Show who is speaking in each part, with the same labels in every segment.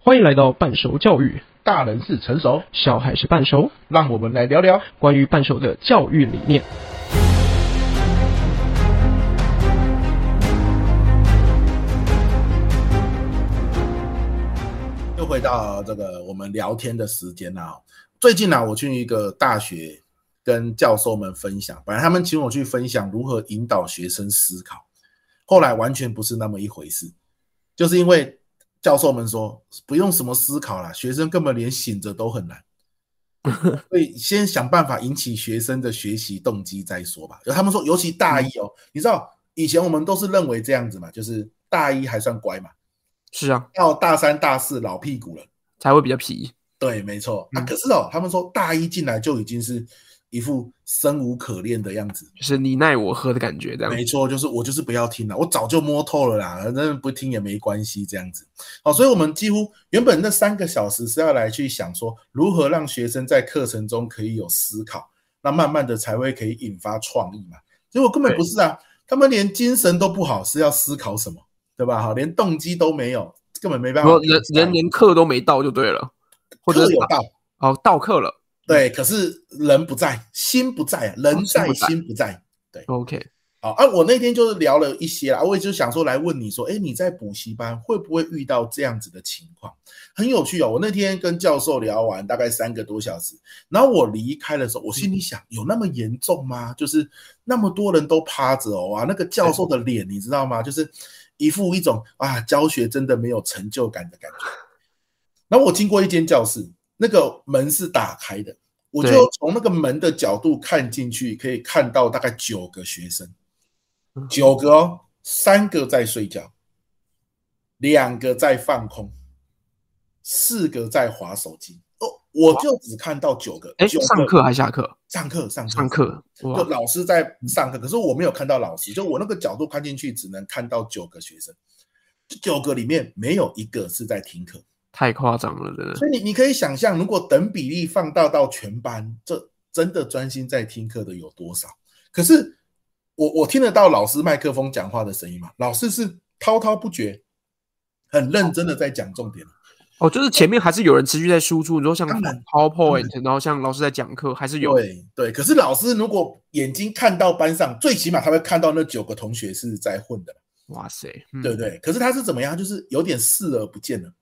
Speaker 1: 欢迎来到半熟教育，
Speaker 2: 大人是成熟，
Speaker 1: 小孩是半熟，
Speaker 2: 让我们来聊聊。
Speaker 1: 关于半熟的教育理念。
Speaker 2: 又回到这个我们聊天的时间啦、最近呢、我去一个大学跟教授们分享，本来他们请我去分享如何引导学生思考，后来完全不是那么一回事，就是因为教授们说不用什么思考啦，学生根本连醒着都很难。所以先想办法引起学生的学习动机再说吧。他们说，尤其大一哦，你知道以前我们都是认为这样子嘛，就是大一还算乖嘛，
Speaker 1: 是啊，
Speaker 2: 到大三、大四老屁股了。
Speaker 1: 才会比较皮。
Speaker 2: 对，没错。啊，
Speaker 1: 嗯
Speaker 2: 可是哦，他们说大一进来就已经是一副生无可恋的样子。
Speaker 3: 就是你奈我何的感觉，这样
Speaker 2: 没错，就是我就是不要听了，我早就摸透了啦，反正不听也没关系这样子。好，所以我们几乎原本那三个小时是要来去想说如何让学生在课程中可以有思考，那慢慢的才会可以引发创意嘛。结果根本不是啊，他们连精神都不好，是要思考什么，对吧？好，连动机都没有，根本没
Speaker 3: 然
Speaker 2: 办法
Speaker 3: 后
Speaker 2: 思考。
Speaker 3: 人人连课都没到就对了，或者
Speaker 2: 课
Speaker 3: 是
Speaker 2: 有道，
Speaker 3: 哦到课了
Speaker 2: 对，可是人不在，心不在啊，人
Speaker 3: 哦心
Speaker 2: 在
Speaker 3: 不在
Speaker 2: 心不在。
Speaker 3: ，OK，
Speaker 2: 好，啊，我那天就是聊了一些啦，我也就想说来问你说，哎，你在补习班会不会遇到这样子的情况？很有趣哦。我那天跟教授聊完大概三个多小时，然后我离开的时候，我心里想，有那么严重吗？就是那么多人都趴着哦，啊，那个教授的脸你知道吗？就是一副一种啊，教学真的没有成就感的感觉。然后我经过一间教室，那个门是打开的，我
Speaker 3: 对
Speaker 2: 就从那个门的角度看进去，可以看到大概九个学生。九个哦，三个在睡觉，两个在放空，四个在划手机。哦，我就只看到九个。
Speaker 3: 哎，
Speaker 2: 九个
Speaker 3: 上课还下课？
Speaker 2: 上课上课
Speaker 3: 上课哇
Speaker 2: 就，老师在上课，可是我没有看到老师，就我那个角度看进去，只能看到九个学生。这九个里面没有一个是在听课，
Speaker 3: 太夸张了，真的
Speaker 2: 所以你你可以想象，如果等比例放大到全班，这真的专心在听课的有多少？可是我我听得到老师麦克风讲话的声音嘛？老师是滔滔不绝，很认真的在讲重点。
Speaker 3: 哦，就是前面还是有人持续在输出，你说像
Speaker 2: 当然
Speaker 3: PowerPoint，然后像老师在讲课，还是有
Speaker 2: 对对，可是老师如果眼睛看到班上，最起码他会看到那九个同学是在混的，
Speaker 3: 哇塞，嗯
Speaker 2: 对不对？可是他是怎么样？就是有点视而不见了。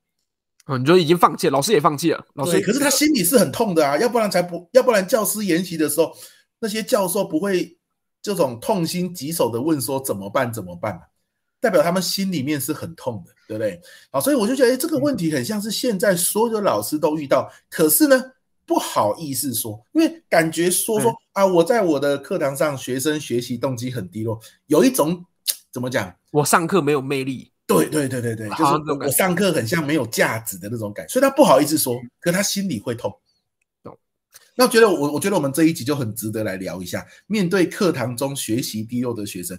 Speaker 3: 哦，你就已经放弃了，老师也放弃了，老师
Speaker 2: 对，哦可是他心里是很痛的啊，要不然才不，要不然教师研习的时候，那些教授不会这种痛心疾首的问说怎么办怎么办、啊、代表他们心里面是很痛的，对不对？啊，所以我就觉得，哎，这个问题很像是现在所有的老师都遇到，可是呢，不好意思说，因为感觉说说、啊，我在我的课堂上，学生学习动机很低落，有一种怎么讲？
Speaker 3: 我上课没有魅力，
Speaker 2: 对对对对对，
Speaker 3: 好
Speaker 2: 就是
Speaker 3: 像这种
Speaker 2: 我
Speaker 3: 感
Speaker 2: 我
Speaker 3: 觉嗯
Speaker 2: 上课很像没有价值的那种感觉，所以他不好意思说，可他心里会痛
Speaker 3: 懂。
Speaker 2: 那我觉得我我觉得我们这一集就很值得来聊一下，面对课堂中学习低落的学生，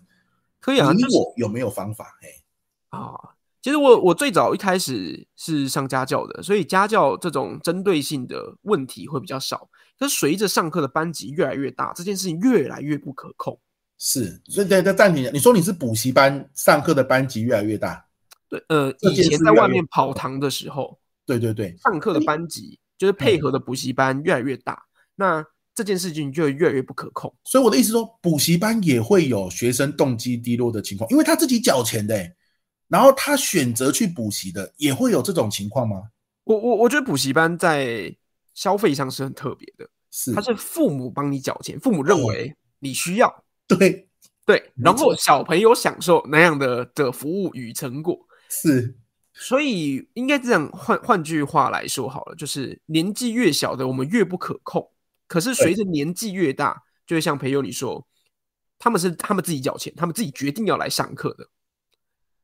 Speaker 3: 可以
Speaker 2: 你
Speaker 3: 啊，就是
Speaker 2: 我有没有方法？哎，
Speaker 3: 啊，其实我我最早一开始是上家教的，所以家教这种针对性的问题会比较少。可是随着上课的班级越来越大，这件事情越来越不可控。
Speaker 2: 是，所以在在暂停一下，你说你是补习班上课的班级越来越大，
Speaker 3: 对，呃，
Speaker 2: 这
Speaker 3: 以
Speaker 2: 件
Speaker 3: 前
Speaker 2: 事
Speaker 3: 在
Speaker 2: 越来
Speaker 3: 外
Speaker 2: 越
Speaker 3: 面跑堂的时候，
Speaker 2: 对对对，
Speaker 3: 上课的班级就是配合的补习班越来越大，那这件事情就越来越不可控。
Speaker 2: 所以我的意思说，补习班也会有学生动机低落的情况，因为他自己缴钱的、哎然后他选择去补习的，也会有这种情况吗？
Speaker 3: 我我我觉得补习班在消费上是很特别的，
Speaker 2: 是，
Speaker 3: 它是父母帮你缴钱，父母认
Speaker 2: 哦
Speaker 3: 为你需要，
Speaker 2: 对，
Speaker 3: 对，
Speaker 2: 没
Speaker 3: 然后
Speaker 2: 错
Speaker 3: 小朋友享受那样的的服务与成果。
Speaker 2: 是，
Speaker 3: 所以应该这样换换句话来说好了，就是年纪越小的我们越不可控，可是随着年纪越大，就会像培友你说，他们是他们自己缴钱，他们自己决定要来上课的，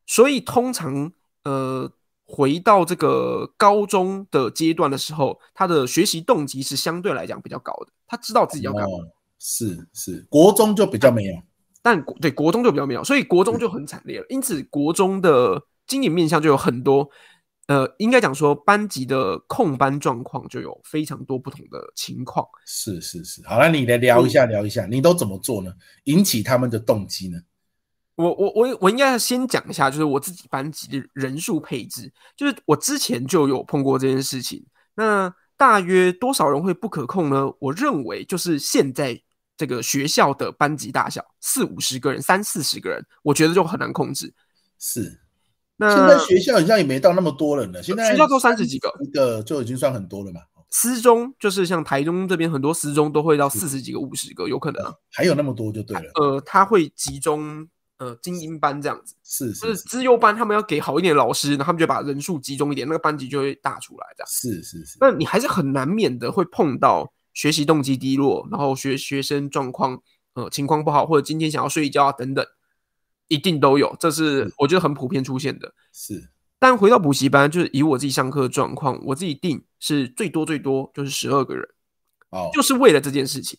Speaker 3: 所以通常呃回到这个高中的阶段的时候，他的学习动机是相对来讲比较高的，他知道自己要干嘛，
Speaker 2: 哦，是是，国中就比较没有，
Speaker 3: 但国对国中就比较没有，所以国中就很惨烈了。因此，国中的经营面向就有很多，呃，应该讲说班级的控班状况就有非常多不同的情况。
Speaker 2: 是
Speaker 3: 嗯
Speaker 2: 是是。好，那你来聊一下，聊一下，你都怎么做呢？引起他们的动机呢？
Speaker 3: 我我我我应该先讲一下，就是我自己班级的人数配置，就是我之前就有碰过这件事情。那大约多少人会不可控呢？我认为就是现在这个学校的班级大小，四五十个人、三四十个人，我觉得就很难控制。
Speaker 2: 是。
Speaker 3: 那
Speaker 2: 现在学校好像也没到那么多人了，现在
Speaker 3: 呃学校都30几个
Speaker 2: 一个就已经算很多了嘛。
Speaker 3: 私中就是像台中这边很多私中都会到四十几个、五十个，有可能啊。
Speaker 2: 还有那么多就对了，
Speaker 3: 呃，他会集中呃精英班这样子，
Speaker 2: 是
Speaker 3: 就是是资优班，他们要给好一点的老师，然后他们就把人数集中一点，那个班级就会大出来这样。
Speaker 2: 是是是，
Speaker 3: 那你还是很难免的会碰到学习动机低落，然后学学生状况呃情况不好，或者今天想要睡一觉啊等等，一定都有，这是我觉得很普遍出现的。
Speaker 2: 是
Speaker 3: 但回到补习班，就是以我自己上课的状况，我自己定是最多最多就是十二个人，
Speaker 2: 哦
Speaker 3: 就是为了这件事情，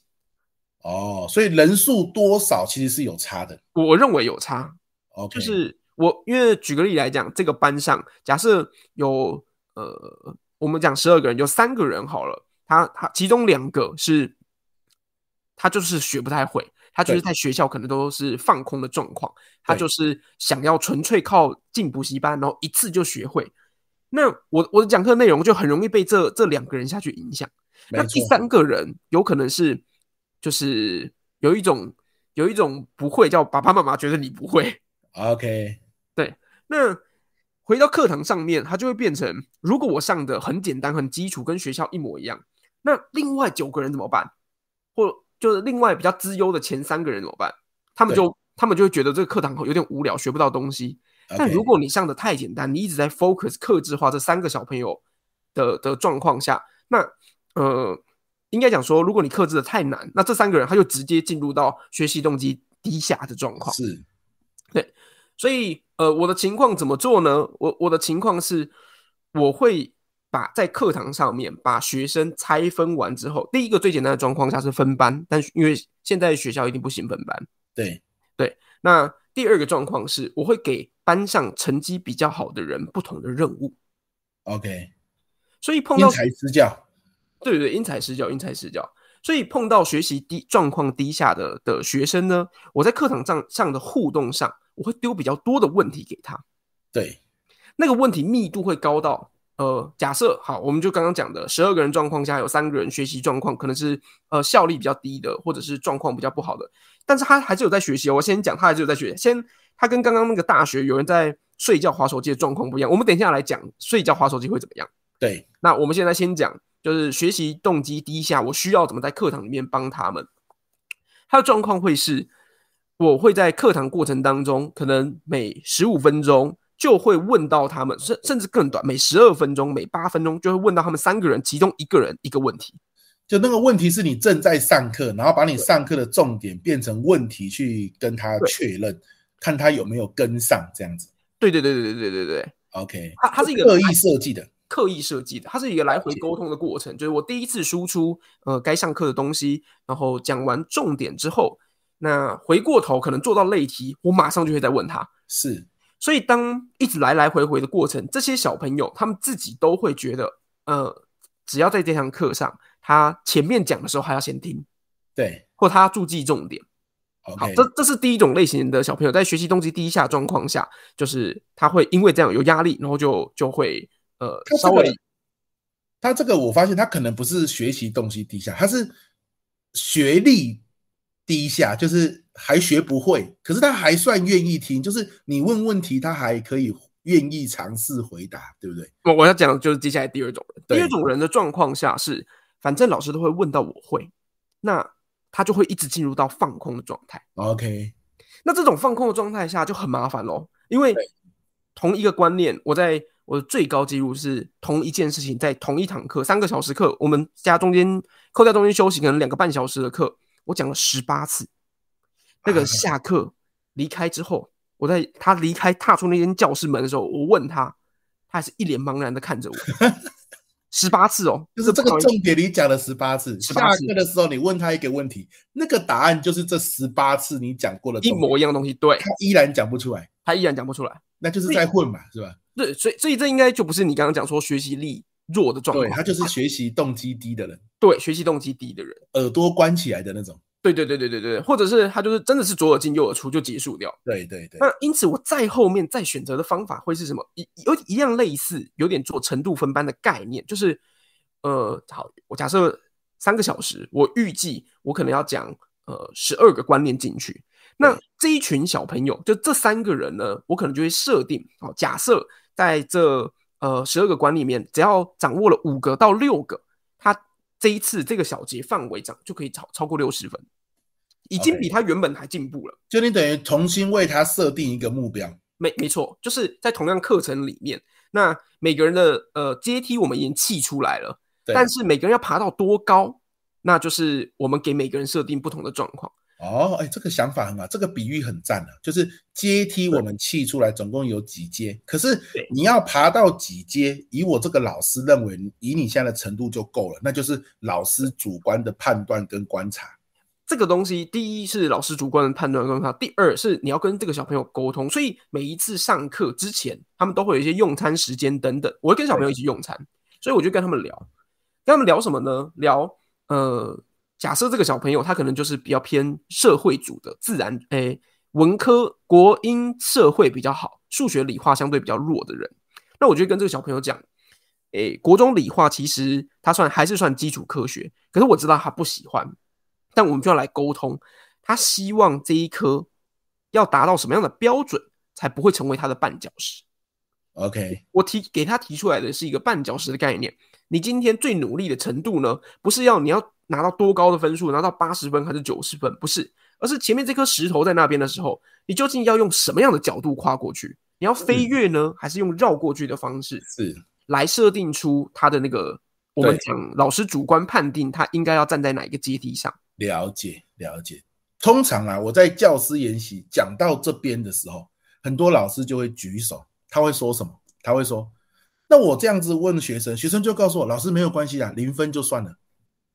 Speaker 2: 哦，所以人数多少其实是有差的。
Speaker 3: 我认为有差，
Speaker 2: OK，
Speaker 3: 就是我因为举个例来讲，这个班上假设有呃，我们讲十二个人，有三个人好了，他他其中两个是，他就是学不太会，他就是
Speaker 2: 对
Speaker 3: 在学校可能都是放空的状况，他
Speaker 2: 对
Speaker 3: 就是想要纯粹靠进补习班，然后一次就学会。那我我的讲课内容就很容易被这这两个人下去影响。那
Speaker 2: 没
Speaker 3: 第
Speaker 2: 错，
Speaker 3: 三个人有可能是就是有一种有一种不会叫爸爸妈妈觉得你不会，
Speaker 2: OK，
Speaker 3: 那回到课堂上面，它就会变成，如果我上的很简单、很基础，跟学校一模一样，那另外九个人怎么办？或就是另外比较资优的前三个人怎么办？他们就他们就会觉得这个课堂有点无聊，学不到东西。但
Speaker 2: OK，
Speaker 3: 如果你上的太简单，你一直在 focus 克制化这三个小朋友的的状况下，那呃，应该讲说，如果你克制的太难，那这三个人他就直接进入到学习动机低下的状况。
Speaker 2: 是
Speaker 3: 所以呃，我的情况怎么做呢？我我的情况是，我会把在课堂上面把学生拆分完之后，第一个最简单的状况下是分班，但是因为现在学校一定不行分班。
Speaker 2: 对
Speaker 3: 那第二个状况是，我会给班上成绩比较好的人不同的任务，
Speaker 2: OK，
Speaker 3: 所以碰
Speaker 2: 因
Speaker 3: 到
Speaker 2: 材施教
Speaker 3: 对对，因材施教，因材施教。所以碰到学习低状况低下的的学生呢，我在课堂上上的互动上，我会丢比较多的问题给他。
Speaker 2: 对
Speaker 3: 那个问题密度会高到，呃，假设好，我们就刚刚讲的，十二个人状况下有三个人学习状况可能是呃效率比较低的，或者是状况比较不好的，但是他还是有在学习哦。我先讲，他还是有在学习。先，他跟刚刚那个大学有人在睡觉划手机的状况不一样，我们等一下来讲睡觉划手机会怎么样。
Speaker 2: 对
Speaker 3: 那我们现在先讲，就是学习动机低下，我需要怎么在课堂里面帮他们。他的状况会是，我会在课堂过程当中，可能每十五分钟就会问到他们，甚甚至更短，每十二分钟、每八分钟就会问到他们三个人，其中一个人一个问题。
Speaker 2: 就那个问题是你正在上课，然后把你上课的重点变成问题去跟他
Speaker 3: 对
Speaker 2: 确认，看他有没有跟上这样子。
Speaker 3: 对对对对对对对对，
Speaker 2: OK，
Speaker 3: 它它是一个
Speaker 2: 刻意设计的，
Speaker 3: 刻意设计的，它是一个来回沟通的过程。就是我第一次输出呃该上课的东西，然后讲完重点之后，那回过头可能做到类题，我马上就会再问他。
Speaker 2: 是
Speaker 3: 所以当一直来来回回的过程，这些小朋友他们自己都会觉得，呃，只要在这堂课上，他前面讲的时候还要先听，
Speaker 2: 对
Speaker 3: 或他要注记重点。好，
Speaker 2: OK，
Speaker 3: 这这是第一种类型的小朋友，在学习动机低下的状况下，就是他会因为这样有压力，然后就就会呃
Speaker 2: 他这个
Speaker 3: 稍微
Speaker 2: 他这个我发现他可能不是学习动机低下，他是学历低下，就是还学不会，可是他还算愿意听，就是你问问题他还可以愿意尝试回答，对不对？
Speaker 3: 我我要讲的就是接下来第二种人，
Speaker 2: 对
Speaker 3: 第二种人的状况下是，反正老师都会问到我会，那他就会一直进入到放空的状态。
Speaker 2: OK，
Speaker 3: 那这种放空的状态下就很麻烦咯，因为
Speaker 2: 对
Speaker 3: 同一个观念，我在我的最高纪录是同一件事情，在同一堂课三个小时课，我们加中间扣掉中间休息，可能两个半小时的课，我讲了十八次。那个下课离开之后，我在他离开踏出那间教室门的时候，我问他，他还是一脸茫然的 看着我，十八次哦，
Speaker 2: 就是这
Speaker 3: 不
Speaker 2: 个
Speaker 3: 好意思
Speaker 2: 重点你讲了十八次，
Speaker 3: 18
Speaker 2: 下
Speaker 3: 次
Speaker 2: 课的时候你问他一个问题，那个答案就是这十八次你讲过的
Speaker 3: 一
Speaker 2: 重点，
Speaker 3: 模一样的东西，对
Speaker 2: 他依然讲不出来，
Speaker 3: 他依然讲不出来。
Speaker 2: 那就是在混嘛，是吧？
Speaker 3: 对，所以所以这应该就不是你刚刚讲说学习力弱的状
Speaker 2: 对
Speaker 3: 况，
Speaker 2: 他就是学习动机低的人，
Speaker 3: 对学习动机低的人，
Speaker 2: 耳朵关起来的那种。
Speaker 3: 对对对对对对，或者是他就是真的是左耳进右耳出就结束掉。
Speaker 2: 对对对，
Speaker 3: 那因此我再后面再选择的方法会是什么？一有一样类似，有点做程度分班的概念，就是呃，好，我假设三个小时，我预计我可能要讲呃十二个观念进去。那这一群小朋友，就这三个人呢，我可能就会设定，好，假设在这呃十二个关里面，只要掌握了五个到六个，他这一次这个小节范围长就可以超超过六十分，已经
Speaker 2: OK
Speaker 3: 比他原本还进步了。
Speaker 2: 就你等于重新为他设定一个目标。
Speaker 3: 没没错，就是在同样课程里面，那每个人的呃阶梯我们已经砌出来了，
Speaker 2: 对
Speaker 3: 但是每个人要爬到多高，那就是我们给每个人设定不同的状况。
Speaker 2: 哦，哎，这个想法很好，这个比喻很赞啊。就是阶梯我们砌出来总共有几阶，可是
Speaker 3: 对
Speaker 2: 你要爬到几阶，以我这个老师认为，以你现在的程度就够了，那就是老师主观的判断跟观察。
Speaker 3: 这个东西，第一是老师主观的判断跟他，第二是你要跟这个小朋友沟通，所以每一次上课之前，他们都会有一些用餐时间等等，我会跟小朋友一起用餐，所以我就跟他们聊，跟他们聊什么呢？聊呃，假设这个小朋友他可能就是比较偏社会组的，自然诶文科国英社会比较好，数学理化相对比较弱的人，那我就跟这个小朋友讲，诶，国中理化其实它算还是算基础科学，可是我知道他不喜欢，但我们就要来沟通，他希望这一科要达到什么样的标准，才不会成为他的绊脚石。
Speaker 2: OK，
Speaker 3: 我提给他提出来的是一个绊脚石的概念。你今天最努力的程度呢，不是要你要拿到多高的分数，拿到八十分还是九十分，不是，而是前面这颗石头在那边的时候，你究竟要用什么样的角度跨过去？你要飞跃呢，还是用绕过去的方式？
Speaker 2: 是
Speaker 3: 来设定出他的那个，我们
Speaker 2: 对
Speaker 3: 讲老师主观判定他应该要站在哪一个阶梯上。
Speaker 2: 了解了解。通常啊，我在教师研习讲到这边的时候，很多老师就会举手，他会说什么？他会说：“那我这样子问学生，学生就告诉我，老师没有关系啊，零分就算了，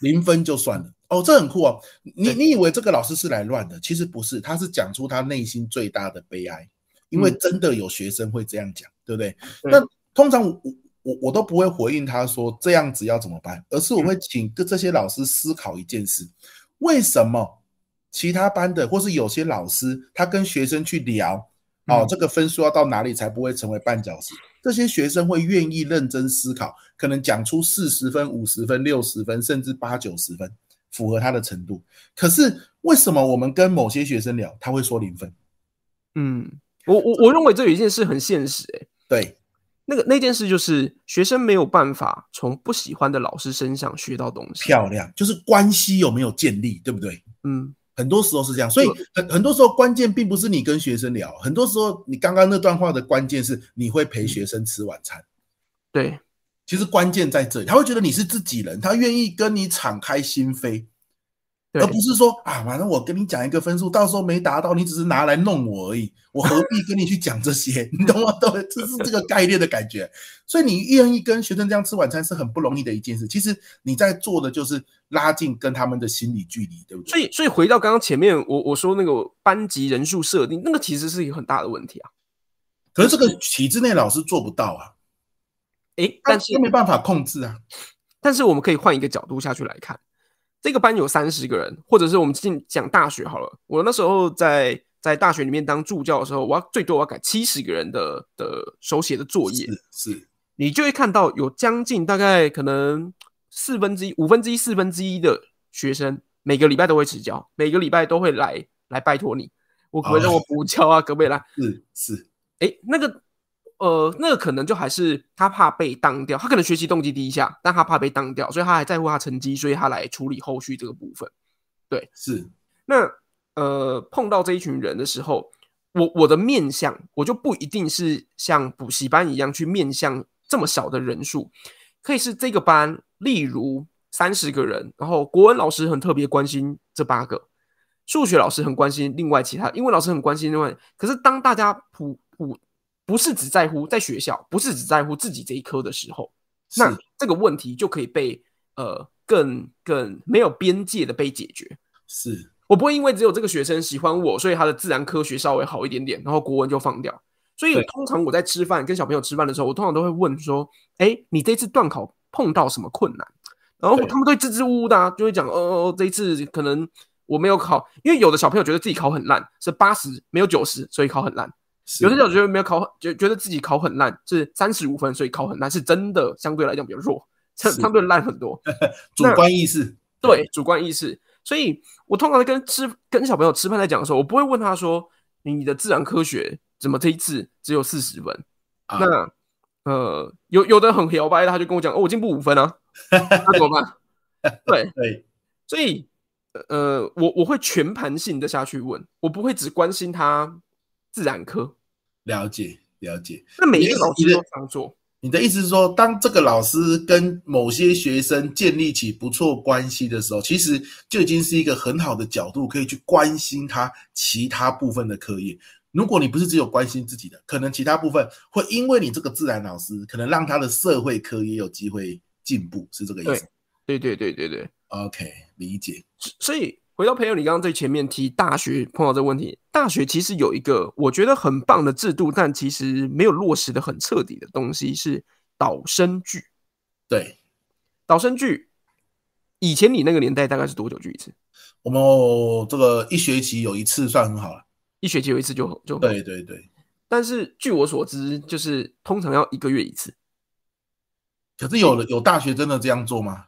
Speaker 2: 零分就算了。”哦，这很酷哦！你
Speaker 3: 对
Speaker 2: 你以为这个老师是来乱的，其实不是，他是讲出他内心最大的悲哀，因为
Speaker 3: 嗯
Speaker 2: 真的有学生会这样讲，对不对？
Speaker 3: 对
Speaker 2: 那通常我我我都不会回应他说这样子要怎么办，而是我会请这这些老师思考一件事：为什么其他班的或是有些老师他跟学生去聊，哦
Speaker 3: 嗯，
Speaker 2: 这个分数要到哪里才不会成为绊脚石？这些学生会愿意认真思考，可能讲出四十分、五十分、六十分，甚至八九十分，符合他的程度。可是为什么我们跟某些学生聊，他会说零分？
Speaker 3: 嗯，我我我认为这有一件事很现实、欸，
Speaker 2: 对，
Speaker 3: 那个那件事就是学生没有办法从不喜欢的老师身上学到东西。
Speaker 2: 漂亮，就是关系有没有建立，对不对？
Speaker 3: 嗯，
Speaker 2: 很多时候是这样，所以
Speaker 3: 对
Speaker 2: 很很多时候关键并不是你跟学生聊，很多时候你刚刚那段话的关键是你会陪学生吃晚
Speaker 3: 嗯
Speaker 2: 餐。
Speaker 3: 对，
Speaker 2: 其实关键在这里，他会觉得你是自己人，他愿意跟你敞开心扉，
Speaker 3: 对
Speaker 2: 而不是说啊，反正我跟你讲一个分数，到时候没达到，你只是拿来弄我 而已，我何必跟你去讲这些？ 你懂我懂吗，这是这个概念的感觉。所以你愿意跟学生这样吃晚餐是很不容易的一件事。其实你在做的就是拉近跟他们的心理距离，对不对？
Speaker 3: 所以所以回到刚刚前面我我说那个班级人数设定，那个其实是一个很大的问题啊。
Speaker 2: 可是这个体制内老师做不到啊，
Speaker 3: 诶、
Speaker 2: 他
Speaker 3: 但是
Speaker 2: 他没办法控制啊。
Speaker 3: 但是我们可以换一个角度下去来看，这个班有三十个人，或者是我们进讲大学好了。我那时候在在大学里面当助教的时候，我要最多我要改七十个人的的手写的作业，
Speaker 2: 是是，
Speaker 3: 你就会看到有将近大概可能四分之一、五分之一、四分之一的学生，每个礼拜都会迟交，每个礼拜都会来来拜托你，我可不可以让我补交啊？可不可以来？
Speaker 2: 是是，
Speaker 3: 诶，那个呃，那个可能就还是他怕被当掉，他可能学习动机低下，但他怕被当掉，所以他还在乎他成绩，所以他来处理后续这个部分。
Speaker 2: 是
Speaker 3: 那呃，碰到这一群人的时候，我我的面向我就不一定是像补习班一样去面向这么少的人数，可以是这个班，例如三十个人，然后国文老师很特别关心这八个，数学老师很关心另外其他，英文老师很关心另外。可是当大家普普不是只在乎在学校，不是只在乎自己这一科的时候，
Speaker 2: 是
Speaker 3: 那这个问题就可以被呃更更没有边界的被解决。
Speaker 2: 是
Speaker 3: 我不会因为只有这个学生喜欢我，所以他的自然科学稍微好一点点，然后国文就放掉。所以
Speaker 2: 对
Speaker 3: 通常我在吃饭跟小朋友吃饭的时候，我通常都会问说：“哎，你这次段考碰到什么困难？然后
Speaker 2: 对
Speaker 3: 他们对支支吾吾的、啊，就会讲哦哦，哦，这一次可能我没有考，因为有的小朋友觉得自己考很烂，是八十没有九十，所以考很烂；
Speaker 2: 是
Speaker 3: 有的小朋友觉得没有考，觉觉得自己考很烂，是三十五分，所以考很烂，是真的相对来讲比较弱，相
Speaker 2: 是
Speaker 3: 相对烂很多。
Speaker 2: 主观意识，
Speaker 3: 对，主观意识。所以我通常在跟吃跟小朋友吃饭在讲的时候，我不会问他说你的自然科学怎么这一次只有四十分？
Speaker 2: 啊
Speaker 3: 那呃，有有的很摇摆的，他就跟我讲哦，我进步五分 啊，那怎么办？对，
Speaker 2: 对，
Speaker 3: 所以呃，我我会全盘性的下去问，我不会只关心他自然科。
Speaker 2: 了解了解。
Speaker 3: 那每一个
Speaker 2: 你的
Speaker 3: 老师
Speaker 2: 你的
Speaker 3: 都这样做，
Speaker 2: 你的意思是说，当这个老师跟某些学生建立起不错关系的时候，其实就已经是一个很好的角度，可以去关心他其他部分的课业。如果你不是只有关心自己的，可能其他部分会因为你这个自然老师，可能让他的社会科也有机会进步，是这个意思
Speaker 3: 对对对对对。
Speaker 2: ？OK，理解。
Speaker 3: 所以回到朋友，你刚刚最前面提大学碰到这个问题，大学其实有一个我觉得很棒的制度，但其实没有落实的很彻底的东西是导生剧。
Speaker 2: 对
Speaker 3: 导生剧，以前你那个年代大概是多久聚一次？
Speaker 2: 我们这个一学期有一次算很好了。
Speaker 3: 一学期有一次就就。
Speaker 2: 对对对，
Speaker 3: 但是据我所知，就是通常要一个月一次。
Speaker 2: 可是有的有大学真的这样做吗？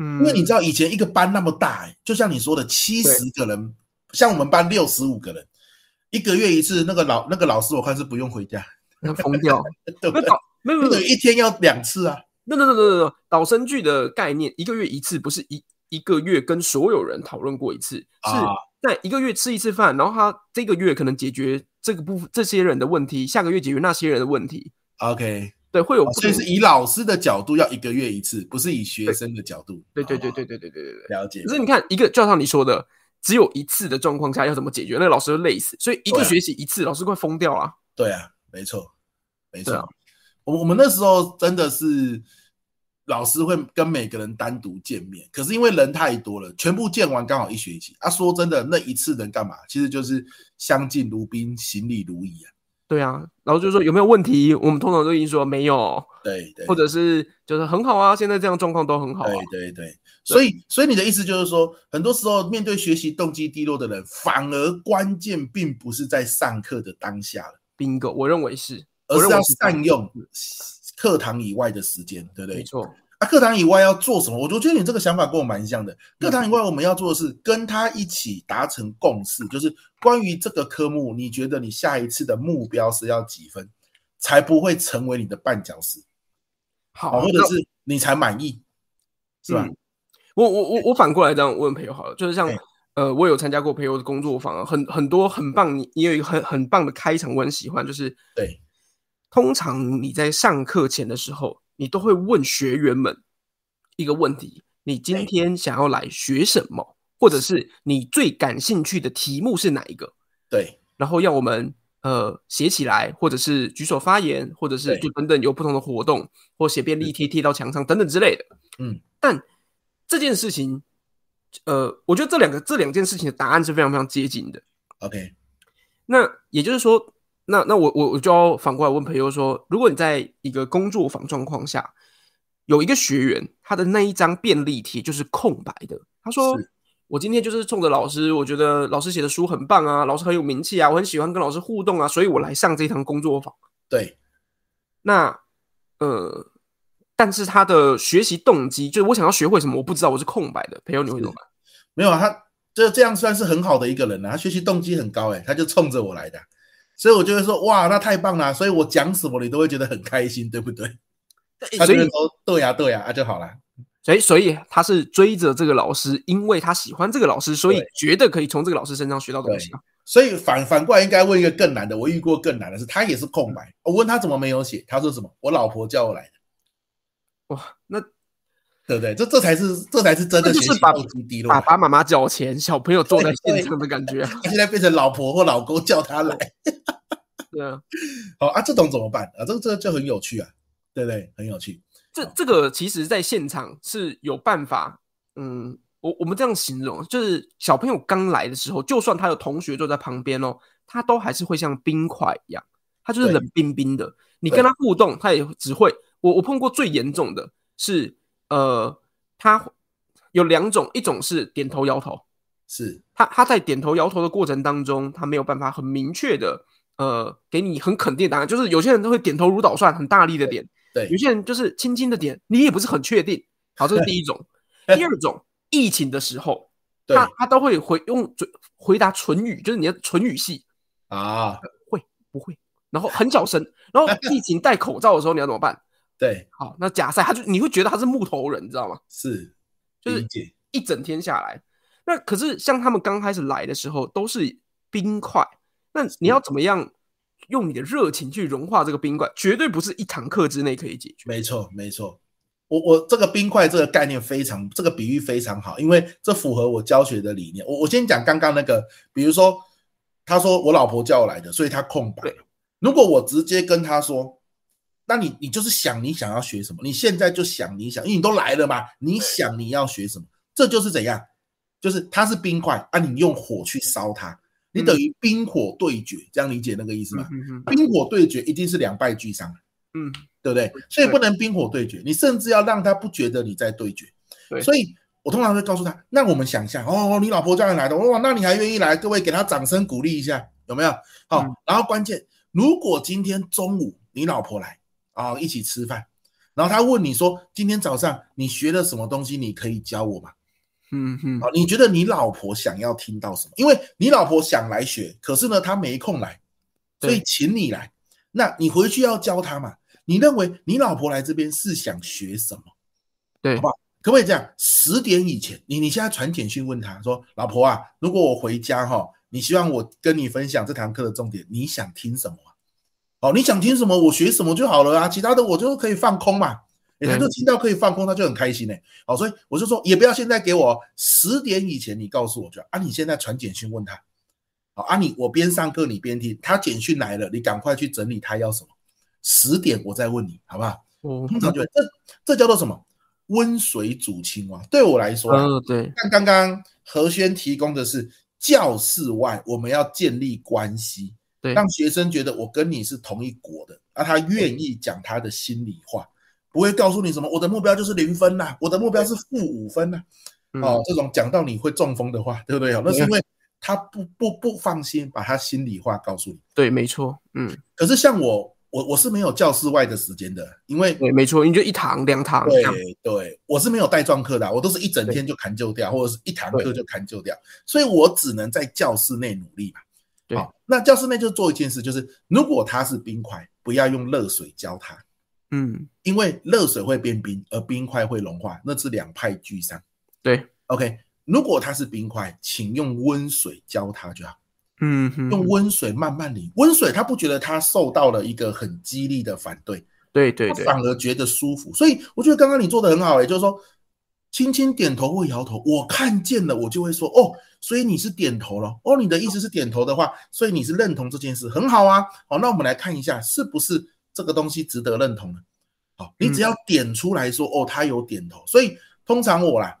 Speaker 3: 嗯
Speaker 2: 因为你知道以前一个班那么大、欸，就像你说的，七十个人，像我们班六十五个人，一个月一次，那个老那个老师我看是不用回家，
Speaker 3: 道疯掉，
Speaker 2: 对不
Speaker 3: 那
Speaker 2: 对？
Speaker 3: 导没有没
Speaker 2: 那
Speaker 3: 有
Speaker 2: 个一天要两次啊，
Speaker 3: 那那那那那导生剧的概念，一个月一次，不是一一个月跟所有人讨论过一次，是
Speaker 2: 啊
Speaker 3: 在一个月吃一次饭，然后他这个月可能解决这个部分这些人的问题，下个月解决那些人的问题，
Speaker 2: ，OK，
Speaker 3: 对，会有不
Speaker 2: 哦所以
Speaker 3: 同
Speaker 2: 是以老师的角度要一个月一次，不是以学生的角度。
Speaker 3: 对对对
Speaker 2: 好吧，
Speaker 3: 对对对对对对。
Speaker 2: 了解
Speaker 3: 可。是你看，一个就像你说的，只有一次的状况下要怎么解决？那个老师会累死，所以一
Speaker 2: 对
Speaker 3: 个
Speaker 2: 啊
Speaker 3: 学期一次，老师快疯掉了。
Speaker 2: 对啊，没错，没
Speaker 3: 对啊
Speaker 2: 错。我我们那时候真的是老师会跟每个人单独见面，可是因为人太多了，全部见完刚好一学期。啊，说真的，那一次能干嘛？其实就是相敬如宾，行礼如仪啊。
Speaker 3: 对啊，然后就说有没有问题？我们通常都已经说没有，
Speaker 2: 对对，
Speaker 3: 或者是就是很好啊，现在这样状况都很好啊。
Speaker 2: 对对对，所以所以你的意思就是说，很多时候面对学习动机低落的人，反而关键并不是在上课的当下了，
Speaker 3: bingo，我认为是，
Speaker 2: 而
Speaker 3: 我认
Speaker 2: 是
Speaker 3: 为
Speaker 2: 要
Speaker 3: 是
Speaker 2: 善用课堂以外的时间，对不对
Speaker 3: 没？错，
Speaker 2: 啊，课堂以外要做什么？我我觉得你这个想法跟我蛮像
Speaker 3: 嗯
Speaker 2: 的。课堂以外，我们要做的是跟他一起达成共识，就是关于这个科目，你觉得你下一次的目标是要几分，才不会成为你的绊脚石，
Speaker 3: 好，
Speaker 2: 啊，或者
Speaker 3: 那
Speaker 2: 是你才满意，是吧？
Speaker 3: 嗯我我我我反过来这样问朋友好了，就是像
Speaker 2: 哎
Speaker 3: 呃，我有参加过朋友的工作坊啊，很很多很棒，你你有一个很很棒的开场，我很喜欢，就是
Speaker 2: 对，
Speaker 3: 通常你在上课前的时候，你都会问学员们一个问题：你
Speaker 2: 哎
Speaker 3: 今天想要来学什么，或者是你最感兴趣的题目是哪一个？
Speaker 2: 对，
Speaker 3: 然后要我们呃写起来，或者是举手发言，或者是
Speaker 2: 对
Speaker 3: 就等等有不同的活动，或写便利贴贴到墙上等等之类的。
Speaker 2: 嗯，
Speaker 3: 但这件事情，呃，我觉得这两个这两件事情的答案是非常非常接近的。
Speaker 2: OK，
Speaker 3: 那也就是说，那那我我我就要反过来问朋友说，如果你在一个工作坊状况下，有一个学员他的那一张便利贴就是空白的，他说
Speaker 2: 是。
Speaker 3: 我今天就是冲着老师，我觉得老师写的书很棒啊，老师很有名气啊，我很喜欢跟老师互动啊，所以我来上这一堂工作坊。
Speaker 2: 对，
Speaker 3: 那呃，但是他的学习动机就是我想要学会什么，我不知道，我是空白的。朋友，你会怎么办？
Speaker 2: 没有啊，他这这样算是很好的一个人了、他学习动机很高、欸，他就冲着我来的啊、所以我就会说，哇，那太棒了啊、所以我讲什么你都会觉得很开心，对不对？
Speaker 3: 对
Speaker 2: 他
Speaker 3: 所
Speaker 2: 就会
Speaker 3: 以，
Speaker 2: 说，对呀、对呀、啊就好了。
Speaker 3: 所以，所以他是追着这个老师，因为他喜欢这个老师，所以
Speaker 2: 对
Speaker 3: 觉得可以从这个老师身上学到东西啊。
Speaker 2: 所以反反过来应该问一个更难的，我遇过更难的是，他也是空白。我问他怎么没有写，他说什么？我老婆叫我来的，
Speaker 3: 哇，那
Speaker 2: 对不对？这这才是这才是真的
Speaker 3: 这
Speaker 2: 学
Speaker 3: 就是
Speaker 2: 习
Speaker 3: 把
Speaker 2: 动机低落
Speaker 3: 爸。爸妈妈缴钱，小朋友坐在
Speaker 2: 对
Speaker 3: 现场的感觉 啊，
Speaker 2: 他现在变成老婆或老公叫 他来，
Speaker 3: 对啊。
Speaker 2: 好啊，这种怎么办啊？这个这个就很有趣啊，对不对？很有趣。
Speaker 3: 这这个其实，在现场是有办法，嗯，我我们这样形容，就是小朋友刚来的时候，就算他有同学坐在旁边哦，他都还是会像冰块一样，他就是
Speaker 2: 对
Speaker 3: 冷冰冰的。你
Speaker 2: 对
Speaker 3: 跟他互动，他也只会。我我碰过最严重的是，呃，他有两种，一种是点头摇头，
Speaker 2: 是
Speaker 3: 他他在点头摇头的过程当中，他没有办法很明确的呃给你很肯定的答案，就是有些人都会点头如捣蒜，很大力的点，
Speaker 2: 对
Speaker 3: 有，些人就是轻轻的点，你也不是很确定。好，这是第一 种。第二种，疫情的时候，
Speaker 2: 对
Speaker 3: 他他都会回用嘴回答唇语，就是你的唇语系
Speaker 2: 啊，
Speaker 3: 不会，然后很小声。然 后疫情戴口罩的时候，你要怎么办？
Speaker 2: 对，
Speaker 3: 好，那假赛他就你会觉得他是木头人，你知道吗？
Speaker 2: 是
Speaker 3: 就是
Speaker 2: 理解，
Speaker 3: 一整天下来，那可是像他们刚开始来的时候都是冰块，那你要怎么样用你的热情去融化这个冰块？绝对不是一堂课之内可以解决。
Speaker 2: 没错，没错。我我这个冰块这个概念非常，这个比喻非常好，因为这符合我教学的理念。我我先讲刚刚那个，比如说他说我老婆叫我来的，所以他空白
Speaker 3: 对。
Speaker 2: 如果我直接跟他说，那你你就是想你想要学什么，你现在就想你想，因为你都来了嘛，你想你要学什么，这就是怎样，就是它是冰块啊，你用火去烧它，你等于冰火对决，这样理解那个意思
Speaker 3: 嗯
Speaker 2: 吗？
Speaker 3: 哼哼，
Speaker 2: 冰火对决一定是两败俱伤。
Speaker 3: 嗯，
Speaker 2: 对不对？所以不能冰火对决，你甚至要让他不觉得你在对决。
Speaker 3: 对
Speaker 2: 所以我通常会告诉他，那我们想一下，哦，你老婆叫你来的，哇，那你还愿意来？各位给他掌声鼓励一下，有没有？好、
Speaker 3: 嗯
Speaker 2: 然后关键，如果今天中午你老婆来啊、一起吃饭，然后他问你说，今天早上你学了什么东西？你可以教我吗？
Speaker 3: 嗯哼，
Speaker 2: 啊，你觉得你老婆想要听到什么？因为你老婆想来学，可是呢，她没空来，所以
Speaker 3: 对
Speaker 2: 请你来。那你回去要教她嘛？你认为你老婆来这边是想学什么？
Speaker 3: 对
Speaker 2: 好吧可不可以这样？十点以前，你你现在传简讯问她说：“老婆啊，如果我回家哈、你希望我跟你分享这堂课的重点，你想听什么啊？哦，你想听什么，我学什么就好了啊，其他的我就可以放空嘛。”欸、他
Speaker 3: 对
Speaker 2: 就听到可以放空，他就很开心呢、好，所以我就说，也不要现在给我十点以前，你告诉我就好啊。你现在传简讯问他，好啊你，我边上课你边听，他简讯来了，你赶快去整理他要什么。十点我再问你，好不好？
Speaker 3: 哦，
Speaker 2: 通常就这这叫做什么？温水煮青蛙。对我来说啊、
Speaker 3: 嗯，对，
Speaker 2: 像刚刚何轩提供的是教室外，我们要建立关系，
Speaker 3: 对
Speaker 2: 让学生觉得我跟你是同一国的，啊，他愿意讲他的心里话，不会告诉你什么我的目标就是零分呐、我的目标是负五分呐、
Speaker 3: 嗯
Speaker 2: 哦，这种讲到你会中风的话，对不对？哦，那是因为他不不不放心把他心里话告诉你。
Speaker 3: 对，没错，嗯，
Speaker 2: 可是像我，我我是没有教室外的时间的，因为
Speaker 3: 对，没错，你就一堂两堂这样，
Speaker 2: 对对，我是没有带状课的啊、我都是一整天就砍就掉，或者是一堂课就砍就掉，所以我只能在教室内努力嘛。
Speaker 3: 对
Speaker 2: 好，那教室内就做一件事，就是如果它是冰块，不要用热水浇它，
Speaker 3: 嗯，
Speaker 2: 因为热水会变冰，而冰块会融化，那是两派俱伤。
Speaker 3: 对，
Speaker 2: OK，如果它是冰块，请用温水浇它就好。
Speaker 3: 嗯哼，
Speaker 2: 用温水慢慢淋，温水他不觉得他受到了一个很激烈的反对，
Speaker 3: 对对
Speaker 2: 他
Speaker 3: 对，
Speaker 2: 反而觉得舒服。所以我觉得刚刚你做的很好、欸，也就是说，轻轻点头或摇头，我看见了，我就会说哦，所以你是点头了，哦，你的意思是点头的话，所以你是认同这件事，很好啊。好，那我们来看一下是不是这个东西值得认同呢？好，
Speaker 3: 嗯
Speaker 2: 你只要点出来说哦，他有点头，所以通常我啦。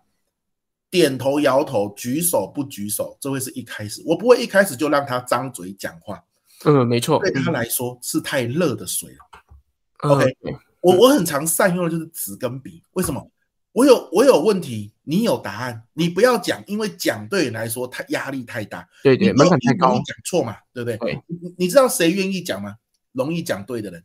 Speaker 2: 点头、摇头、举手不举手，这会是一开始。我不会一开始就让他张嘴讲话，
Speaker 3: 嗯，没错，
Speaker 2: 对他来说是太热的水了。
Speaker 3: 嗯
Speaker 2: OK
Speaker 3: 对
Speaker 2: 我我很常善用的就是纸跟笔，为什么？我有我有问题，你有答案，你不要讲，因为讲对你来说太压力太大，
Speaker 3: 对
Speaker 2: 你
Speaker 3: 对，门槛太
Speaker 2: 容
Speaker 3: 高
Speaker 2: 易，讲错嘛，对不对？
Speaker 3: 对
Speaker 2: 你你知道谁愿意讲吗？容易讲对的人，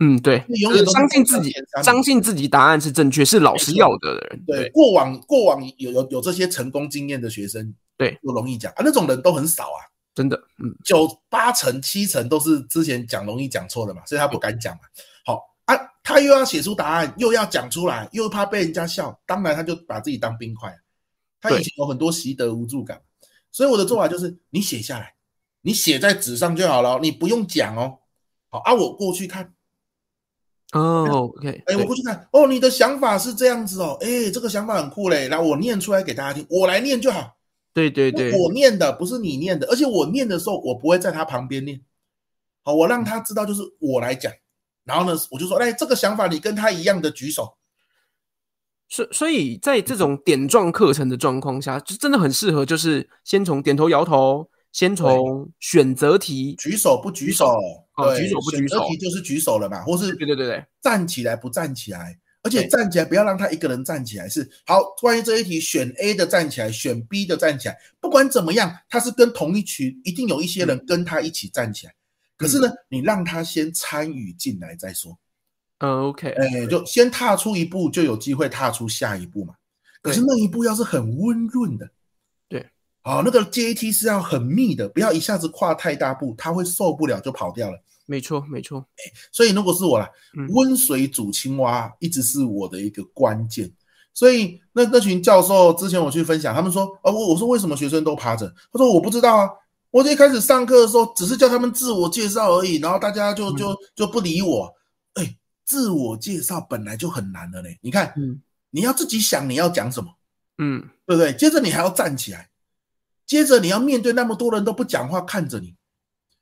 Speaker 3: 嗯，对，
Speaker 2: 因为永
Speaker 3: 就
Speaker 2: 远
Speaker 3: 是
Speaker 2: 都是
Speaker 3: 相信自己
Speaker 2: 前三，名
Speaker 3: 相信自己答案是正确，是老师
Speaker 2: 没错
Speaker 3: 要的人，
Speaker 2: 对
Speaker 3: 对，
Speaker 2: 过往过往有有有这些成功经验的学生，
Speaker 3: 对，
Speaker 2: 就容易讲啊，那种人都很少啊，
Speaker 3: 真的，嗯，
Speaker 2: 九八成七成都是之前讲容易讲错的嘛，所以他不敢讲嘛。好啊，他又要写出答案，又要讲出来，又怕被人家笑，当然他就把自己当冰块。啊他
Speaker 3: 对
Speaker 2: 以前有很多习得无助感，所以我的做法就是你写下来，你写在纸上就好了哦，你不用讲哦。好啊，我过去看，
Speaker 3: 哦，OK，
Speaker 2: 哎，我
Speaker 3: 对
Speaker 2: 过去看，哦，你的想法是这样子哦，哎，这个想法很酷嘞，来，我念出来给大家听，我来念就好。
Speaker 3: 对对对，
Speaker 2: 我念的不是你念的，而且我念的时候，我不会在他旁边念，好，我
Speaker 3: 嗯
Speaker 2: 让他知道就是我来讲，然后呢，我就说，哎，这个想法你跟他一样的举手，
Speaker 3: 所所以在这种点状课程的状况下，就真的很适合，就是先从点头摇头，先从选择题，
Speaker 2: 举手不举手，
Speaker 3: 哦
Speaker 2: 对
Speaker 3: 举手不举手
Speaker 2: 选择题就是举手了嘛，或是
Speaker 3: 对对对对，
Speaker 2: 站起来不站起来，而且
Speaker 3: 对
Speaker 2: 站起来不要让他一个人站起来，是好。关于这一题，选 A 的站起来，选 B 的站起来，不管怎么样，他是跟同一群，一定有一些
Speaker 3: 嗯
Speaker 2: 人跟他一起站起来。可是呢，你让他先参与进来再说，
Speaker 3: 嗯，OK，
Speaker 2: 哎，就先踏出一步，就有机会踏出下一步嘛。可是
Speaker 3: 对
Speaker 2: 那一步要是很温润的，
Speaker 3: 对，
Speaker 2: 好，那个阶梯是要很密的，不要一下子跨太大步，他会受不了就跑掉了。
Speaker 3: 没错，没错，
Speaker 2: 所以如果是我啦
Speaker 3: 嗯，
Speaker 2: 温水煮青蛙一直是我的一个关键。所以那那群教授之前我去分享，他们说，哦，我我说为什么学生都趴着？他说我不知道啊，我一开始上课的时候只是叫他们自我介绍而已，然后大家
Speaker 3: 嗯
Speaker 2: 就就就不理我。哎，自我介绍本来就很难了嘞，你看
Speaker 3: 嗯
Speaker 2: 你要自己想你要讲什么，
Speaker 3: 嗯，
Speaker 2: 对不对？接着你还要站起来，接着你要面对那么多人都不讲话看着你，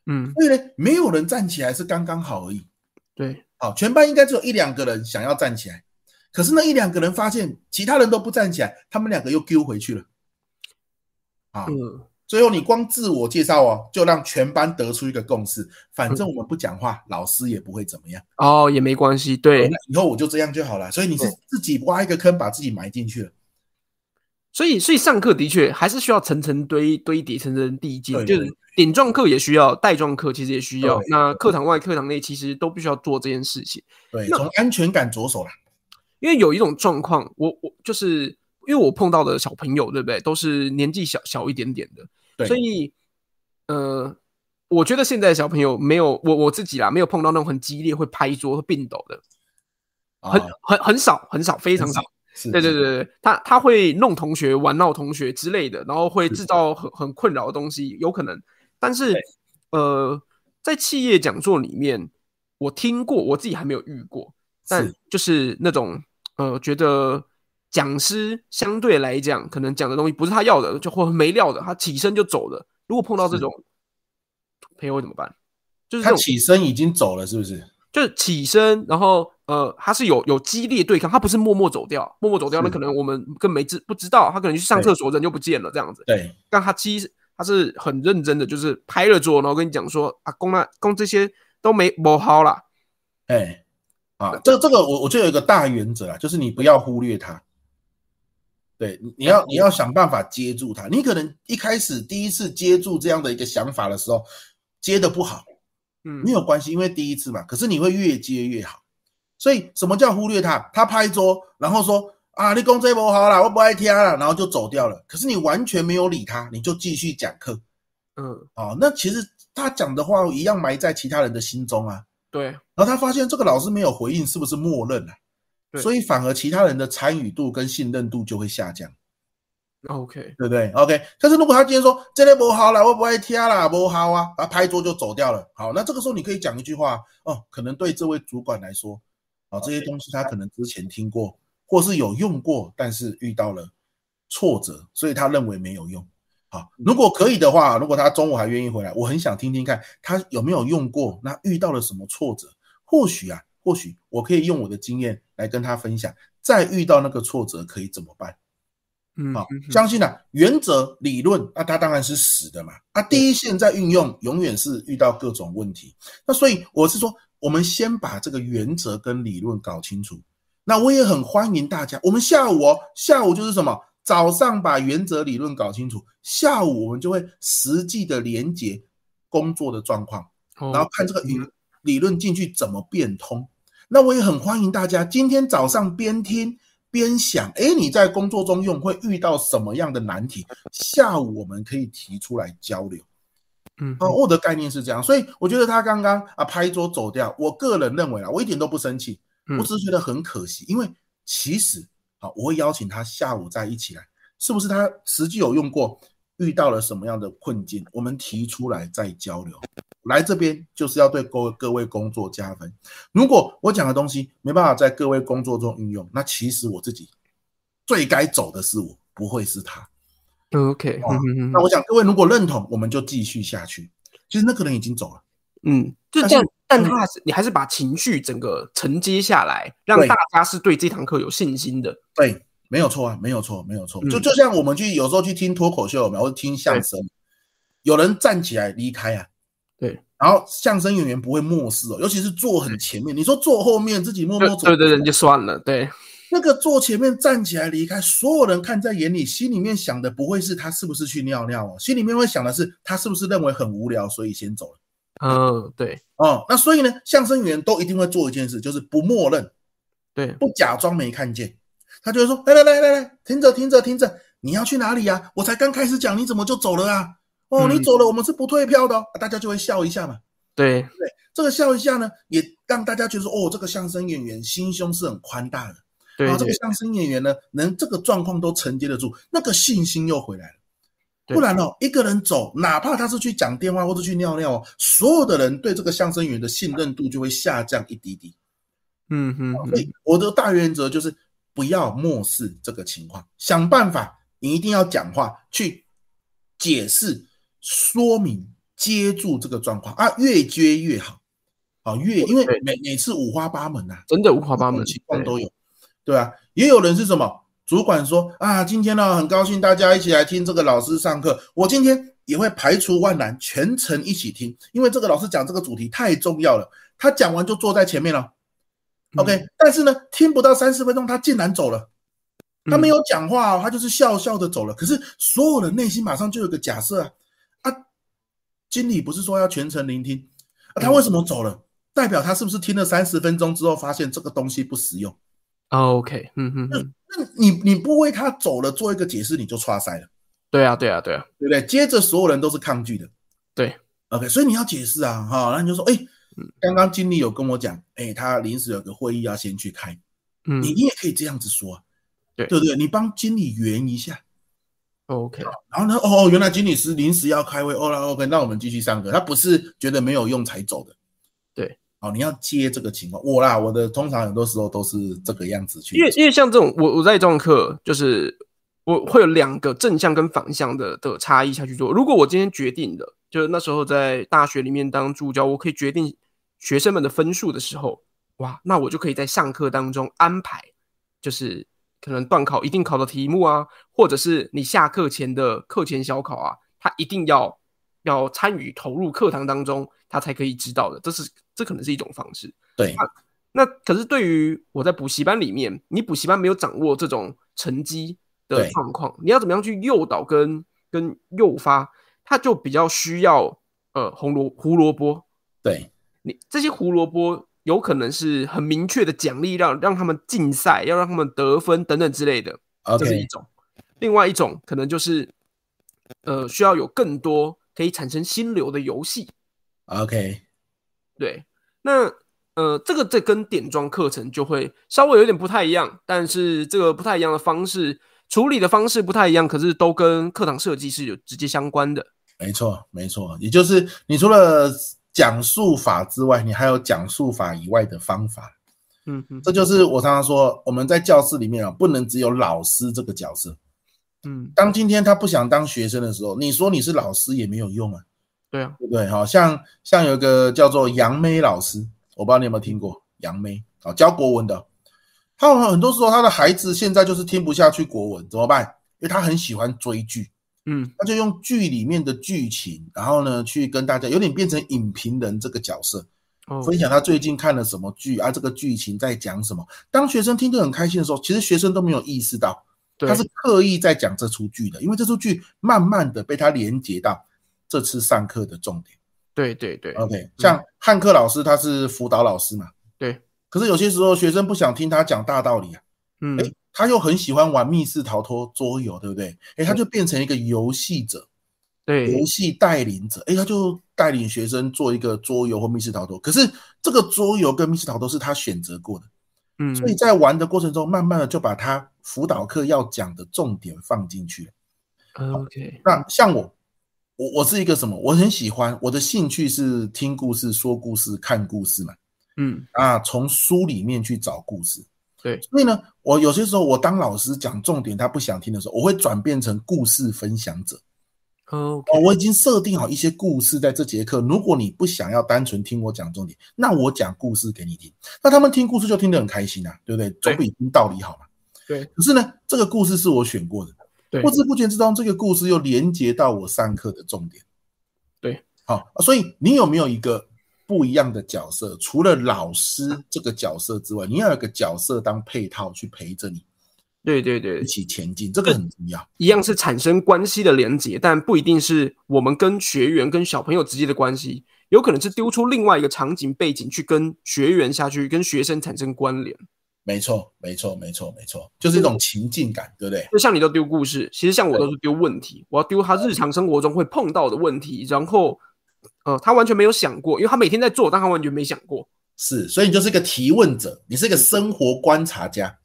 Speaker 3: 嗯，
Speaker 2: 所以呢，没有人站起来是刚刚好而已。
Speaker 3: 对，
Speaker 2: 好，全班应该只有一两个人想要站起来，可是那一两个人发现其他人都不站起来，他们两个又丢回去了。啊，
Speaker 3: 嗯，
Speaker 2: 最后你光自我介绍哦，就让全班得出一个共识，反
Speaker 3: 嗯
Speaker 2: 正我们不讲话，老师也不会怎么样。
Speaker 3: 哦，也没关系，对，
Speaker 2: 那以后我就这样就好了。所以你是自己挖一个坑，把自己埋进去了。
Speaker 3: 所以，所以上课的确还是需要层层堆堆叠、层层递进，
Speaker 2: 对
Speaker 3: 就
Speaker 2: 对
Speaker 3: 是点状课也需要，带状课其实也需要
Speaker 2: 对，
Speaker 3: 那课堂外、课堂内其实都必须要做这件事情。
Speaker 2: 对，
Speaker 3: 那
Speaker 2: 从安全感着手啦。
Speaker 3: 因为有一种状况，我我就是因为我碰到的小朋友，对不对？都是年纪小小一点点的，
Speaker 2: 对
Speaker 3: 所以呃，我觉得现在的小朋友没有我我自己啦，没有碰到那种很激烈会拍桌、会并斗的，
Speaker 2: 啊
Speaker 3: 很、很很少，很少，非常
Speaker 2: 很
Speaker 3: 少
Speaker 2: 少。是，
Speaker 3: 对对
Speaker 2: 是，
Speaker 3: 对对，他他会弄同学、玩闹同学之类的，然后会
Speaker 2: 是
Speaker 3: 制造很很困扰的东西，有可能。但是呃，在企业讲座里面，我听过，我自己还没有遇过，但
Speaker 2: 是
Speaker 3: 就是那种呃，觉得讲师相对来讲，可能讲的东西不是他要的，就或没料的，他起身就走的。如果碰到这
Speaker 2: 是
Speaker 3: 种朋友会怎么办？就是这
Speaker 2: 他
Speaker 3: 种
Speaker 2: 起身已经走了，是不是？
Speaker 3: 就是起身，然后呃，他是有有激烈对抗，他不是默默走掉，默默走掉，那
Speaker 2: 是
Speaker 3: 可能我们更没知不知道，他可能去上
Speaker 2: 对
Speaker 3: 厕所，人就不见了这样子。
Speaker 2: 对，
Speaker 3: 但他其实他是很认真的，就是拍了桌，然后跟你讲说啊，公那公这些都没磨好啦。
Speaker 2: 哎，啊，这这个我我就有一个大原则啦，就是你不要忽略他，对，你你要你要想办法接住他。你可能一开始第一次接住这样的一个想法的时候，接的不好，
Speaker 3: 嗯
Speaker 2: 没，有关系，因为第一次嘛。可是你会越接越好。所以什么叫忽略他？他拍桌，然后说啊，你讲这不好啦，我不爱听了，然后就走掉了。可是你完全没有理他，你就继续讲课
Speaker 3: 嗯，
Speaker 2: 哦。那其实他讲的话一样埋在其他人的心中啊。
Speaker 3: 对，
Speaker 2: 然后他发现这个老师没有回应，是不是默认了、
Speaker 3: 对
Speaker 2: 所以反而其他人的参与度跟信任度就会下降，
Speaker 3: ，OK，
Speaker 2: 对不对？OK，但是如果他今天说这类不好啦，我不爱听啦，不好啊，啊拍桌就走掉了。好，那这个时候你可以讲一句话哦，可能对这位主管来说，啊这些东西他可能之前听过，或是有用过，但是遇到了挫折，所以他认为没有用。好，如果可以的话，如果他中午还愿意回来，我很想听听看他有没有用过，那遇到了什么挫折？或许啊，或许我可以用我的经验来跟他分享，再遇到那个挫折可以怎么办？
Speaker 3: 嗯，
Speaker 2: 好
Speaker 3: 嗯，
Speaker 2: 相信啊，原则理论，那、它当然是死的嘛。啊，第一线在运用，永远是遇到各种问题。那所以我是说，我们先把这个原则跟理论搞清楚。那我也很欢迎大家，我们下午哦，下午就是什么？早上把原则理论搞清楚，下午我们就会实际的连接工作的状况。
Speaker 3: 哦
Speaker 2: 然后看这个理
Speaker 3: 嗯
Speaker 2: 理论进去怎么变通。那我也很欢迎大家今天早上边听边想，诶，你在工作中用会遇到什么样的难题？下午我们可以提出来交流。
Speaker 3: 嗯，
Speaker 2: 啊，我的概念是这样，所以我觉得他刚刚啊拍桌走掉，我个人认为啦，我一点都不生气，
Speaker 3: 嗯
Speaker 2: 我只是觉得很可惜，因为其实啊，我会邀请他下午再一起来，是不是他实际有用过，遇到了什么样的困境，我们提出来再交流。来这边就是要对各位各位工作加分。如果我讲的东西没办法在各位工作中运用，那其实我自己最该走的是我，不会是他。
Speaker 3: 嗯，OK，
Speaker 2: 哇
Speaker 3: 嗯嗯嗯
Speaker 2: 那我想各位如果认同，我们就继续下去。其实那个人已经走了。
Speaker 3: 嗯，就
Speaker 2: 但
Speaker 3: 这样
Speaker 2: 是。
Speaker 3: 但
Speaker 2: 嗯
Speaker 3: 他还是你还是把情绪整个承接下来，让
Speaker 2: 对
Speaker 3: 大家是对这堂课有信心的。
Speaker 2: 对，没有错啊，没有错，没有错。就
Speaker 3: 嗯
Speaker 2: 就像我们去有时候去听脱口秀有没有，或者听相声，有人站起来离开啊，
Speaker 3: 对，
Speaker 2: 然后相声演员不会漠视哦，尤其是坐很前面，你说坐后面自己默默
Speaker 3: 对
Speaker 2: 走，
Speaker 3: 对对对，就算了，对
Speaker 2: 那个坐前面站起来离开，所有人看在眼里，心里面想的不会是他是不是去尿尿哦，心里面会想的是他是不是认为很无聊，所以先走了
Speaker 3: 嗯对
Speaker 2: 哦。那所以呢，相声演员都一定会做一件事，就是不默认，
Speaker 3: 对
Speaker 2: 不假装没看见，他就会说来来来来来，停着停着停着，你要去哪里呀、我才刚开始讲，你怎么就走了啊？哦，
Speaker 3: 嗯
Speaker 2: 你走了，我们是不退票的、哦，大家就会笑一下嘛。
Speaker 3: 对
Speaker 2: 这个笑一下呢，也让大家觉得说，哦，这个相声演员心胸是很宽大的。然
Speaker 3: 对
Speaker 2: 后这个
Speaker 3: 对
Speaker 2: 相声演员呢，能这个状况都承接得住，那个信心又回来了。
Speaker 3: 对
Speaker 2: 不然哦，一个人走，哪怕他是去讲电话或者去尿尿哦，所有的人对这个相声演员的信任度就会下降一滴滴。
Speaker 3: 嗯嗯嗯
Speaker 2: 所以我的大原则就是不要漠视这个情况，想办法，你一定要讲话去解释、说明、接住这个状况啊，越接越好。啊，越因为
Speaker 3: 对
Speaker 2: 每每次五花八门呐、啊
Speaker 3: 真的五花八
Speaker 2: 各
Speaker 3: 门
Speaker 2: 种情况
Speaker 3: 对
Speaker 2: 都有，嗯对吧、也有人是什么主管说啊，今天呢很高兴大家一起来听这个老师上课，我今天也会排除万难，全程一起听，因为这个老师讲这个主题太重要了，他讲完就坐在前面了。
Speaker 3: 嗯
Speaker 2: OK，、但是呢，听不到三十分钟，他竟然走了，
Speaker 3: 嗯
Speaker 2: 他没有讲话、哦，他就是笑笑的走了。可是所有人内心马上就有个假设啊，啊，经理不是说要全程聆听，啊、
Speaker 3: 嗯
Speaker 2: 他为什么走了？代表他是不是听了三十分钟之后，发现这个东西不实用？
Speaker 3: OK，嗯嗯嗯，
Speaker 2: 那你你不为他走了做一个解释，你就刷塞了，
Speaker 3: 对啊对啊对啊，
Speaker 2: 对不对？接着所有人都是抗拒的，
Speaker 3: 对嗯
Speaker 2: ，OK，所以你要解释啊，哈、那你就说，哎、刚刚经理有跟我讲，哎、他临时有个会议要先去开，
Speaker 3: 嗯
Speaker 2: 你你也可以这样子说、啊，
Speaker 3: 对
Speaker 2: 对不对？你帮经理圆一下，
Speaker 3: OK，
Speaker 2: 然后呢，哦，原来经理是临时要开会，哦，那 OK，那我们继续上课。他不是觉得没有用才走的，
Speaker 3: 对，
Speaker 2: 哦，你要接这个情况，我啦，我的通常很多时候都是这个样子去
Speaker 3: 因为因为像这种我我在这种课，就是我会有两个正向跟反向的的差异下去做。如果我今天决定的，就是那时候在大学里面当助教，我可以决定学生们的分数的时候，哇，那我就可以在上课当中安排，就是可能段考一定考的题目啊，或者是你下课前的课前小考啊，他一定要要参与投入课堂当中，他才可以知道的。这是这可能是一种方式。
Speaker 2: 对，
Speaker 3: 那可是对于我在补习班里面，你补习班没有掌握这种成绩的
Speaker 2: 对
Speaker 3: 状况，你要怎么样去诱导跟跟诱发，他就比较需要呃红萝胡萝卜，
Speaker 2: 对，
Speaker 3: 你这些胡萝卜有可能是很明确的奖励，让让他们竞赛，要让他们得分等等之类的。这是一
Speaker 2: OK，
Speaker 3: 种。另外一种可能就是，呃，需要有更多可以产生心流的游戏。
Speaker 2: OK，
Speaker 3: 对，那呃，这个这跟点状课程就会稍微有点不太一样，但是这个不太一样的方式处理的方式不太一样，可是都跟课堂设计是有直接相关的。
Speaker 2: 没错，没错，也就是你除了讲述法之外，你还有讲述法以外的方法。
Speaker 3: 嗯嗯
Speaker 2: 这就是我常常说，我们在教室里面啊，不能只有老师这个角色。
Speaker 3: 嗯，
Speaker 2: 当今天他不想当学生的时候，你说你是老师也没有用啊，
Speaker 3: 对啊，
Speaker 2: 对不对？好、像像有一个叫做杨梅老师，我不知道你有没有听过杨梅啊、教国文的，他很多时候他的孩子现在就是听不下去国文，怎么办？因为他很喜欢追剧，
Speaker 3: 嗯
Speaker 2: 他就用剧里面的剧情，然后呢去跟大家有点变成影评人这个角色，
Speaker 3: 哦，
Speaker 2: 分享他最近看了什么剧啊，这个剧情在讲什么。当学生听得很开心的时候，其实学生都没有意识到
Speaker 3: 对
Speaker 2: 他是刻意在讲这出剧的，因为这出剧慢慢的被他连接到这次上课的重点。
Speaker 3: 对对对，嗯
Speaker 2: OK，像汉克老师他是辅导老师嘛，
Speaker 3: 对。
Speaker 2: 可是有些时候学生不想听他讲大道理啊，
Speaker 3: 嗯
Speaker 2: 诶他又很喜欢玩密室逃脱、桌游，对不对？诶，他就变成一个游戏者。
Speaker 3: 对
Speaker 2: 游戏带领者，哎，他就带领学生做一个桌游或密室逃脱。可是这个桌游跟密室逃脱是他选择过的，
Speaker 3: 嗯
Speaker 2: 所以在玩的过程中，慢慢的就把他辅导课要讲的重点放进去了。
Speaker 3: 嗯 OK
Speaker 2: 那像我，我我是一个什么？我很喜欢我的兴趣是听故事、说故事、看故事嘛。
Speaker 3: 嗯
Speaker 2: 啊，从书里面去找故事。
Speaker 3: 对
Speaker 2: 所以呢，我有些时候我当老师讲重点，他不想听的时候，我会转变成故事分享者。
Speaker 3: OK
Speaker 2: 哦，我已经设定好一些故事在这节课。如果你不想要单纯听我讲重点，那我讲故事给你听。那他们听故事就听得很开心啊，对不对？总比听道理好嘛。
Speaker 3: 对
Speaker 2: 可是呢，这个故事是我选过的，
Speaker 3: 对
Speaker 2: 不知不觉之中，这个故事又连接到我上课的重点。
Speaker 3: 对。
Speaker 2: 好，所以你有没有一个不一样的角色？除了老师这个角色之外，你要有一个角色当配套去陪着你
Speaker 3: 对对对
Speaker 2: 一，起前进，这个很重要。
Speaker 3: 一样是产生关系的连接，但不一定是我们跟学员、跟小朋友直接的关系，有可能是丢出另外一个场景背景去跟学员下去、跟学生产生关联。
Speaker 2: 没错，没错，没错，没错，就是一种情境感，对不对？
Speaker 3: 就像你都丢故事，其实像我都是丢问题，我要丢他日常生活中会碰到的问题，然后呃，他完全没有想过，因为他每天在做，但他完全没想过。
Speaker 2: 是，所以你就是一个提问者，你是一个生活观察家。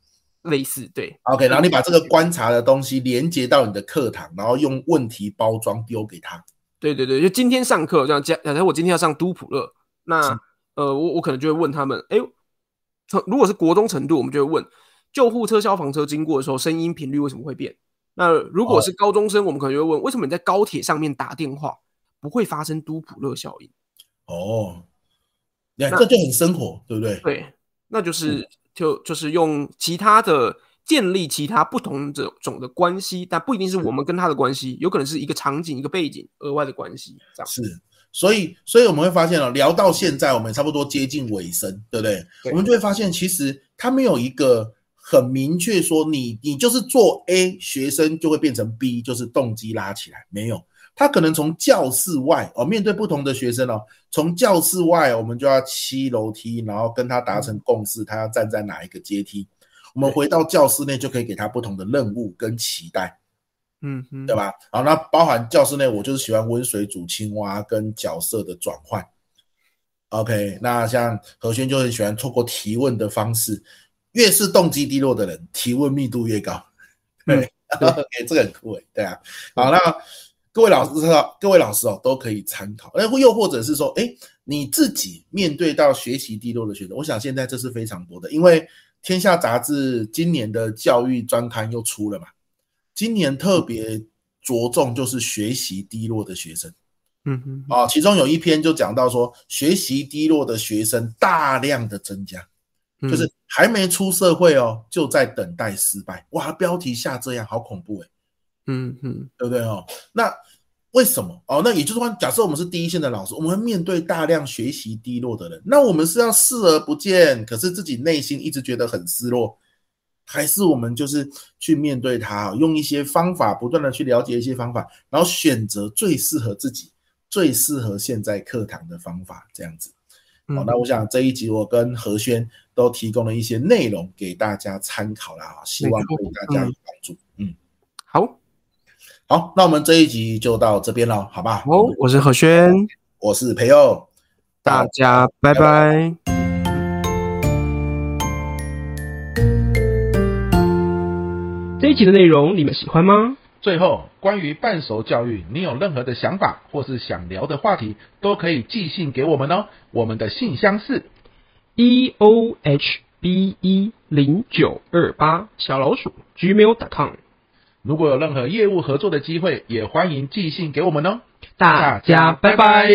Speaker 3: 类似对
Speaker 2: OK，然后你把这个观察的东西连接到你的课堂，然后用问题包装丢给他。
Speaker 3: 对对对，就今天上课这样，假假设我今天要上都普勒，那
Speaker 2: 是
Speaker 3: 呃，我我可能就会问他们，哎，从如果是国中程度，我们就会问救护车、消防车经过的时候，声音频率为什么会变？那如果是高中生，我们可能就会问，为什么你在高铁上面打电话不会发生都普勒效应？
Speaker 2: 哦，你看
Speaker 3: 那
Speaker 2: 这就很生活，对不对？
Speaker 3: 对，那就是就就是用其他的建立其他不同这种的关系，但不一定是我们跟他的关系，有可能是一个场景、一个背景、额外的关系这样。
Speaker 2: 是，所以所以我们会发现哦，聊到现在，我们也差不多接近尾声，对不对？
Speaker 3: 对
Speaker 2: 我们就会发现，其实他没有一个很明确说你你就是做 A，学生就会变成 B，就是动机拉起来，没有。他可能从教室外哦，面对不同的学生哦，从教室外我们就要七楼梯，然后跟他达成共识，他要站在哪一个阶梯。我们
Speaker 3: 对
Speaker 2: 回到教室内就可以给他不同的任务跟期待。
Speaker 3: 嗯哼
Speaker 2: 对，吧？好，那包含教室内，我就是喜欢温水煮青蛙跟角色的转换。OK，那像何轩就很喜欢透过提问的方式，越是动机低落的人，提问密度越高。对、o k 这个很酷诶， 对啊。好，那各位老师知道，各位老师哦都可以参考。那又或者是说，哎，你自己面对到学习低落的学生，我想现在这是非常多的，因为《天下》杂志今年的教育专刊又出了嘛，今年特别着重就是学习低落的学生
Speaker 3: 嗯哼，
Speaker 2: 啊，其中有一篇就讲到说，学习低落的学生大量的增加，
Speaker 3: 嗯
Speaker 2: 就是还没出社会哦，就在等待失败。哇，标题下这样，好恐怖诶、欸
Speaker 3: 嗯哼，
Speaker 2: 对不对哦？那为什么哦？那也就是说，假设我们是第一线的老师，我们会面对大量学习低落的人，那我们是要视而不见，可是自己内心一直觉得很失落，还是我们就是去面对它，用一些方法，不断的去了解一些方法，然后选择最适合自己、最适合现在课堂的方法，这样子。
Speaker 3: 嗯
Speaker 2: 好，那我想这一集我跟何轩都提供了一些内容给大家参考啦，希望对大家有帮助。嗯。
Speaker 3: 好，
Speaker 2: 好，那我们这一集就到这边了，好不好？
Speaker 3: 好，我是何轩，
Speaker 2: 我是培佑，
Speaker 3: 大家拜拜。
Speaker 1: 这一集的内容你们喜欢吗？
Speaker 4: 最后，关于半熟教育，你有任何的想法或是想聊的话题，都可以寄信给我们哦。我们的信箱是
Speaker 1: e o h b e 零九二八小老鼠 gmail.com，
Speaker 4: 如果有任何业务合作的机会，也欢迎寄信给我们哦。
Speaker 1: 大家拜拜